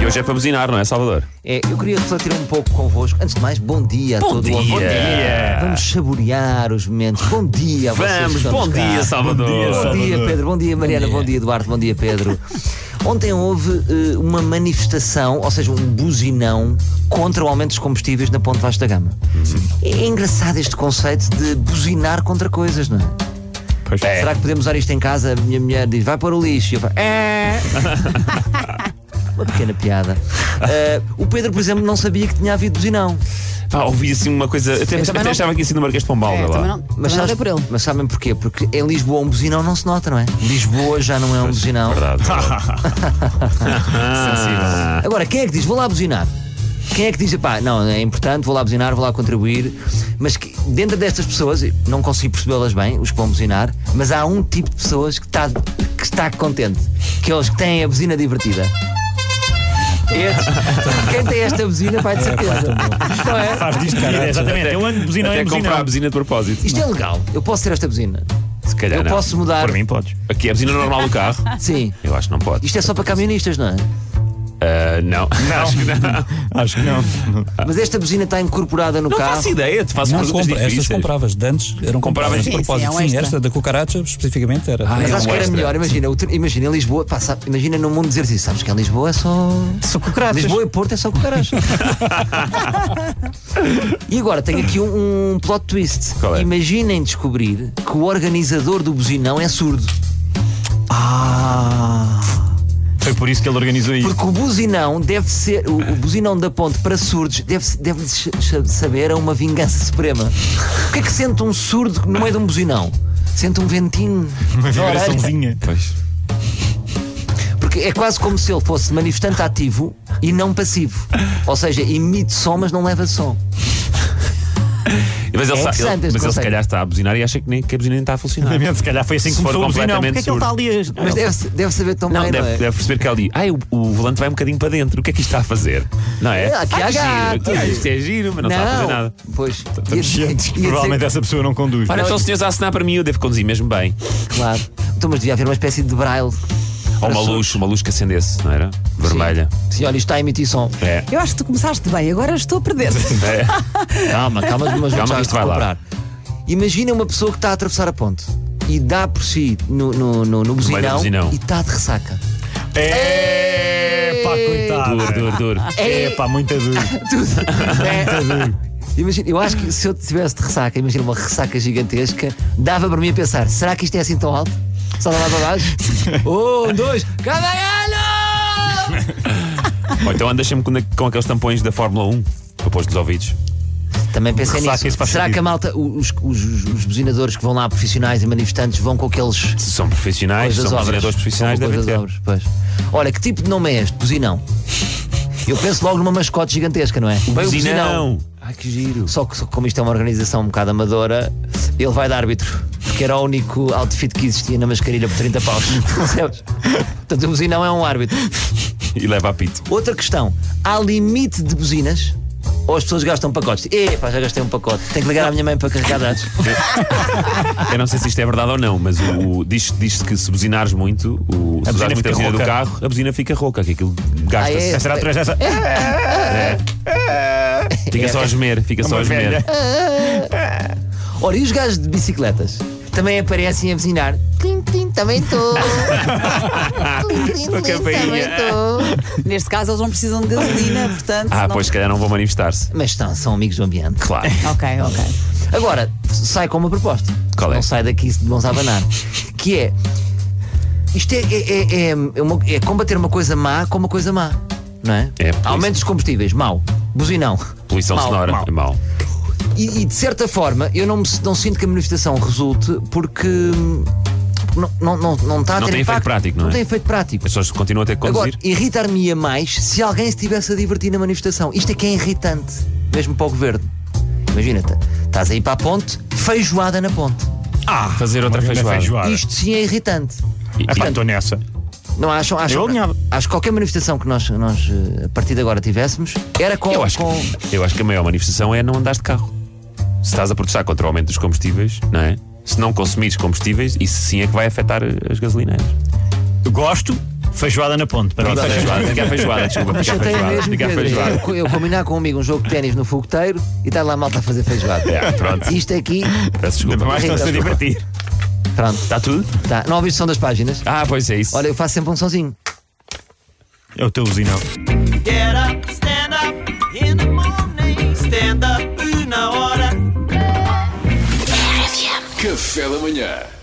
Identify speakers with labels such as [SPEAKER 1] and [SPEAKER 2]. [SPEAKER 1] E hoje é para buzinar, não é, Salvador?
[SPEAKER 2] É, eu queria refletir um pouco convosco. Antes de mais, bom dia a todo o
[SPEAKER 1] dia.
[SPEAKER 2] amor. Vamos saborear os momentos. Bom dia a vocês que
[SPEAKER 1] Vamos,
[SPEAKER 2] estão
[SPEAKER 1] bom
[SPEAKER 2] cá.
[SPEAKER 1] dia, Salvador.
[SPEAKER 2] Bom dia, Pedro. Bom dia, Mariana. Bom dia, Eduardo. Bom dia, Pedro. Ontem houve eh, uma manifestação, ou seja, um buzinão contra o aumento dos combustíveis na Ponte Vasta Gama.
[SPEAKER 1] Uhum.
[SPEAKER 2] É engraçado este conceito de buzinar contra coisas, não é?
[SPEAKER 1] Pois é.
[SPEAKER 2] Será que podemos usar isto em casa? A minha mulher diz: vai para o lixo. E eu falo: é. Uma pequena piada. Eh, o Pedro, por exemplo, não sabia que tinha havido buzinão.
[SPEAKER 1] Pá, ouvi assim uma coisa. Até, até
[SPEAKER 3] também não-
[SPEAKER 1] achava que ia ser no Marquês de Pombal,
[SPEAKER 3] É,
[SPEAKER 1] vá
[SPEAKER 3] também
[SPEAKER 1] lá.
[SPEAKER 3] não, mas também não dei por ele.
[SPEAKER 2] mas sabem porquê? Porque em Lisboa um buzinão não se nota, não é? Lisboa já não é um buzinão.
[SPEAKER 1] Verdade, Ah. verdade.
[SPEAKER 2] Agora, quem é que diz, vou lá buzinar? Quem é que diz, pá, não, é importante, vou lá buzinar, vou lá contribuir, mas que dentro destas pessoas, e não consigo percebê-las bem, os que vão buzinar, mas há um tipo de pessoas que está, que está contente, que é os que têm a buzina divertida. Esses, quem tem esta buzina vai de certeza. Não é?
[SPEAKER 1] Faz disto, cara. Exatamente. Eu ando buzina, Até comprar a buzina de propósito.
[SPEAKER 2] Isto é legal, eu posso ter esta buzina.
[SPEAKER 1] Se calhar
[SPEAKER 2] Eu
[SPEAKER 1] É, não.
[SPEAKER 2] posso mudar.
[SPEAKER 1] Por mim podes. Aqui é a buzina normal do carro?
[SPEAKER 2] Sim.
[SPEAKER 1] Eu acho que não pode.
[SPEAKER 2] Isto é só para camionistas, não é?
[SPEAKER 1] Ah, não. Acho que não.
[SPEAKER 4] Acho que não.
[SPEAKER 1] Ah.
[SPEAKER 2] Mas esta buzina está incorporada no
[SPEAKER 1] Não
[SPEAKER 2] carro.
[SPEAKER 1] faço ideia, te faço
[SPEAKER 4] Não
[SPEAKER 1] perguntas
[SPEAKER 4] compra, estas
[SPEAKER 1] difíceis.
[SPEAKER 4] compravas. De antes eram
[SPEAKER 1] Compravas?
[SPEAKER 4] compravas de
[SPEAKER 3] Sim,
[SPEAKER 4] propósito.
[SPEAKER 3] sim, é um extra. Ah,
[SPEAKER 4] esta da cucaracha especificamente era.
[SPEAKER 2] Mas
[SPEAKER 1] é um
[SPEAKER 2] acho que era
[SPEAKER 1] extra.
[SPEAKER 2] melhor, imagina, o tr- imagina em Lisboa, pá, sabe, imagina no mundo dizer assim, sabes que em Lisboa é só. Só cucarachas. Lisboa e Porto é só cucarachas. e agora tenho aqui um, um plot twist.
[SPEAKER 1] Qual é?
[SPEAKER 2] Imaginem descobrir que o organizador do buzinão é surdo. Ah!
[SPEAKER 1] Foi por isso que ele organizou isto.
[SPEAKER 2] Porque o buzinão deve ser, o, o buzinão da ponte para surdos deve, deve ch- ch- saber a uma vingança suprema. O que é que sente um surdo no meio de um buzinão? Sente um ventinho. Uma
[SPEAKER 1] Pois.
[SPEAKER 2] Porque é quase como se ele fosse manifestante ativo e não passivo. Ou seja, emite som, mas não leva som.
[SPEAKER 1] Mas ele,
[SPEAKER 2] É
[SPEAKER 1] sa- ele-
[SPEAKER 2] interessante este
[SPEAKER 1] mas ele se
[SPEAKER 2] conceito.
[SPEAKER 1] calhar está a buzinar e acha que, nem, que a buzina nem está a funcionar.
[SPEAKER 5] Se calhar foi assim
[SPEAKER 1] Se
[SPEAKER 5] que
[SPEAKER 1] for
[SPEAKER 5] começou o buzinão.
[SPEAKER 1] completamente
[SPEAKER 5] Porque é que ele está ali a...
[SPEAKER 2] Mas deve, deve saber tão
[SPEAKER 1] Não,
[SPEAKER 2] bem,
[SPEAKER 1] deve,
[SPEAKER 2] não é?
[SPEAKER 1] deve perceber que é ali. Ai, o, o volante vai um bocadinho para dentro. O que é que isto está a fazer? Não é?
[SPEAKER 2] É, aqui
[SPEAKER 1] Ah, que
[SPEAKER 2] há gatos.
[SPEAKER 1] giro. Isto é giro, mas não, está a fazer nada.
[SPEAKER 2] Pois. Ia- ia- ia
[SPEAKER 5] Gente,
[SPEAKER 2] dizer-
[SPEAKER 5] provavelmente essa pessoa não conduz.
[SPEAKER 1] Olha, então, senhores, a assinar para mim, eu devo conduzir mesmo bem.
[SPEAKER 2] Claro. Então, mas devia haver uma espécie de braille.
[SPEAKER 1] Ou
[SPEAKER 2] Para
[SPEAKER 1] uma
[SPEAKER 2] surdos.
[SPEAKER 1] luz, uma luz que acendesse, não era? Vermelha.
[SPEAKER 2] Sim, olha, isto está a emitir som.
[SPEAKER 1] É.
[SPEAKER 3] Eu acho que tu começaste bem, agora estou a perder.
[SPEAKER 1] É.
[SPEAKER 2] Calma, calma, mas
[SPEAKER 1] Calma,
[SPEAKER 2] vamos já
[SPEAKER 1] isto vai lá.
[SPEAKER 2] recuperar. Imagina uma pessoa que está a atravessar a ponte e dá por si no, no, no, no
[SPEAKER 1] meio do
[SPEAKER 2] buzinão
[SPEAKER 1] buzinão.
[SPEAKER 2] e está de ressaca.
[SPEAKER 5] É pá,
[SPEAKER 1] Duro,
[SPEAKER 5] coitado.
[SPEAKER 1] duro, duro.
[SPEAKER 5] É pá, muita duro.
[SPEAKER 2] Tudo. É. Imagina, eu acho que se eu tivesse de ressaca, imagina uma ressaca gigantesca, dava para mim a pensar: será que isto é assim tão alto? Só dá lá para baixo? um, dois, cada ano!
[SPEAKER 1] Ou então anda sempre com, com aqueles tampões da Fórmula 1 para pôr nos ouvidos.
[SPEAKER 2] Também pensei
[SPEAKER 5] Ressaca,
[SPEAKER 2] nisso.
[SPEAKER 5] isso faz
[SPEAKER 2] Será
[SPEAKER 5] sentido.
[SPEAKER 2] que a malta, os, os, os, os buzinadores que vão lá, profissionais e manifestantes, vão com aqueles.
[SPEAKER 1] Se são profissionais,
[SPEAKER 2] coisas
[SPEAKER 1] são
[SPEAKER 2] obras?
[SPEAKER 1] buzinadores profissionais,
[SPEAKER 2] Vão com
[SPEAKER 1] devem
[SPEAKER 2] coisas
[SPEAKER 1] ter.
[SPEAKER 2] obras, pois. Olha, que tipo de nome é este? Buzinão. Eu penso logo numa mascote gigantesca, não é? Bem, o
[SPEAKER 1] Buzinão.
[SPEAKER 2] Ai que giro. Só que só que como isto é uma organização um bocado amadora, ele vai de árbitro. Porque era o único outfit que existia na mascarilha por 30 paus. Percebes? Portanto, o buzinão é um árbitro.
[SPEAKER 1] E leva a pito.
[SPEAKER 2] Outra questão: há limite de buzinas? Ou as pessoas gastam pacotes? Epá, já gastei um pacote. Tenho que ligar à minha mãe para carregar dados.
[SPEAKER 1] Eu não sei se isto é verdade ou não, mas o, o- diz- diz-se que se buzinares muito, o, se usares
[SPEAKER 5] A buzina
[SPEAKER 1] muito a
[SPEAKER 5] fica
[SPEAKER 1] buzina do
[SPEAKER 5] rouca.
[SPEAKER 1] carro, a buzina fica rouca, que aquilo gasta-se.
[SPEAKER 2] Ah, É.
[SPEAKER 5] Será atrás dessa?
[SPEAKER 1] Fica só a gemer, fica só
[SPEAKER 5] Uma
[SPEAKER 1] a gemer.
[SPEAKER 5] velha.
[SPEAKER 2] Ora, e os gajos de bicicletas? Também aparecem a buzinar. Clim, clim, também estou. Clim, clim,
[SPEAKER 1] Com a
[SPEAKER 2] clim,
[SPEAKER 1] campainha.
[SPEAKER 2] também estou.
[SPEAKER 3] Neste caso, eles não precisam de gasolina, portanto.
[SPEAKER 1] Ah,
[SPEAKER 3] não-
[SPEAKER 1] pois, se calhar não vão manifestar-se.
[SPEAKER 2] Mas estão, são amigos do ambiente.
[SPEAKER 1] Claro.
[SPEAKER 3] Ok, ok.
[SPEAKER 2] Agora, sai com uma proposta.
[SPEAKER 1] Qual é?
[SPEAKER 2] Não sai daqui de mãos a abanar. que é. Isto é, é- é- é uma- é combater uma coisa má com uma coisa má. Não é?
[SPEAKER 1] É, por isso.
[SPEAKER 2] Aumentos de combustíveis, mau. Buzinão.
[SPEAKER 1] Poluição
[SPEAKER 2] Mau,
[SPEAKER 1] sonora.
[SPEAKER 2] mau.
[SPEAKER 1] É mau.
[SPEAKER 2] E, e, de certa forma, eu não, me- não sinto que a manifestação resulte porque. hum, não, não, não, não está a
[SPEAKER 1] Não
[SPEAKER 2] ter
[SPEAKER 1] tem
[SPEAKER 2] impacto.
[SPEAKER 1] efeito prático, não é?
[SPEAKER 2] tem efeito prático.
[SPEAKER 1] As pessoas continuam a ter que
[SPEAKER 2] Agora,
[SPEAKER 1] conduzir.
[SPEAKER 2] irritar-me-ia mais se alguém estivesse a divertir na manifestação. Isto é que é irritante, mesmo para o governo. Imagina-te, estás aí para a ponte, feijoada na ponte.
[SPEAKER 1] fazer outra
[SPEAKER 5] Uma grande
[SPEAKER 1] feijoada.
[SPEAKER 5] feijoada.
[SPEAKER 2] Isto sim é irritante.
[SPEAKER 5] É pá, estou nessa.
[SPEAKER 2] Não acham? acham
[SPEAKER 5] Eu alinhava.
[SPEAKER 2] acho que qualquer manifestação que nós, nós eh, a partir de agora tivéssemos era com.
[SPEAKER 1] Eu acho,
[SPEAKER 2] com-
[SPEAKER 1] que, eu acho que a maior manifestação é não andares de carro. Se estás a protestar contra o aumento dos combustíveis, não é? Se não consumires combustíveis, isso sim é que vai afetar as gasolineiras.
[SPEAKER 5] Gosto, feijoada na ponte. Para mim,
[SPEAKER 1] Pronto,
[SPEAKER 5] feijoada.
[SPEAKER 1] feijoada, fica a feijoada, desculpa,
[SPEAKER 2] Mas
[SPEAKER 1] fica a
[SPEAKER 2] chateia
[SPEAKER 1] feijoada,
[SPEAKER 2] mesmo,
[SPEAKER 1] fica a
[SPEAKER 2] Pedro.
[SPEAKER 1] feijoada.
[SPEAKER 2] Eu, eu combinar com um amigo um jogo de ténis no fogoteiro e estar lá a malta a fazer feijoada.
[SPEAKER 1] É, pronto.
[SPEAKER 2] Isto aqui,
[SPEAKER 1] Peço desculpa.
[SPEAKER 5] Ainda mais estão-se a divertir.
[SPEAKER 2] pronto,
[SPEAKER 1] Está tudo?
[SPEAKER 2] tá. não ouviste o som das páginas?
[SPEAKER 1] Ah, pois é isso.
[SPEAKER 2] Olha, eu faço sempre um sonzinho.
[SPEAKER 5] É o teu usinão.
[SPEAKER 6] Get up, stand up in the morning. Stand up una hora.
[SPEAKER 7] Café da manhã.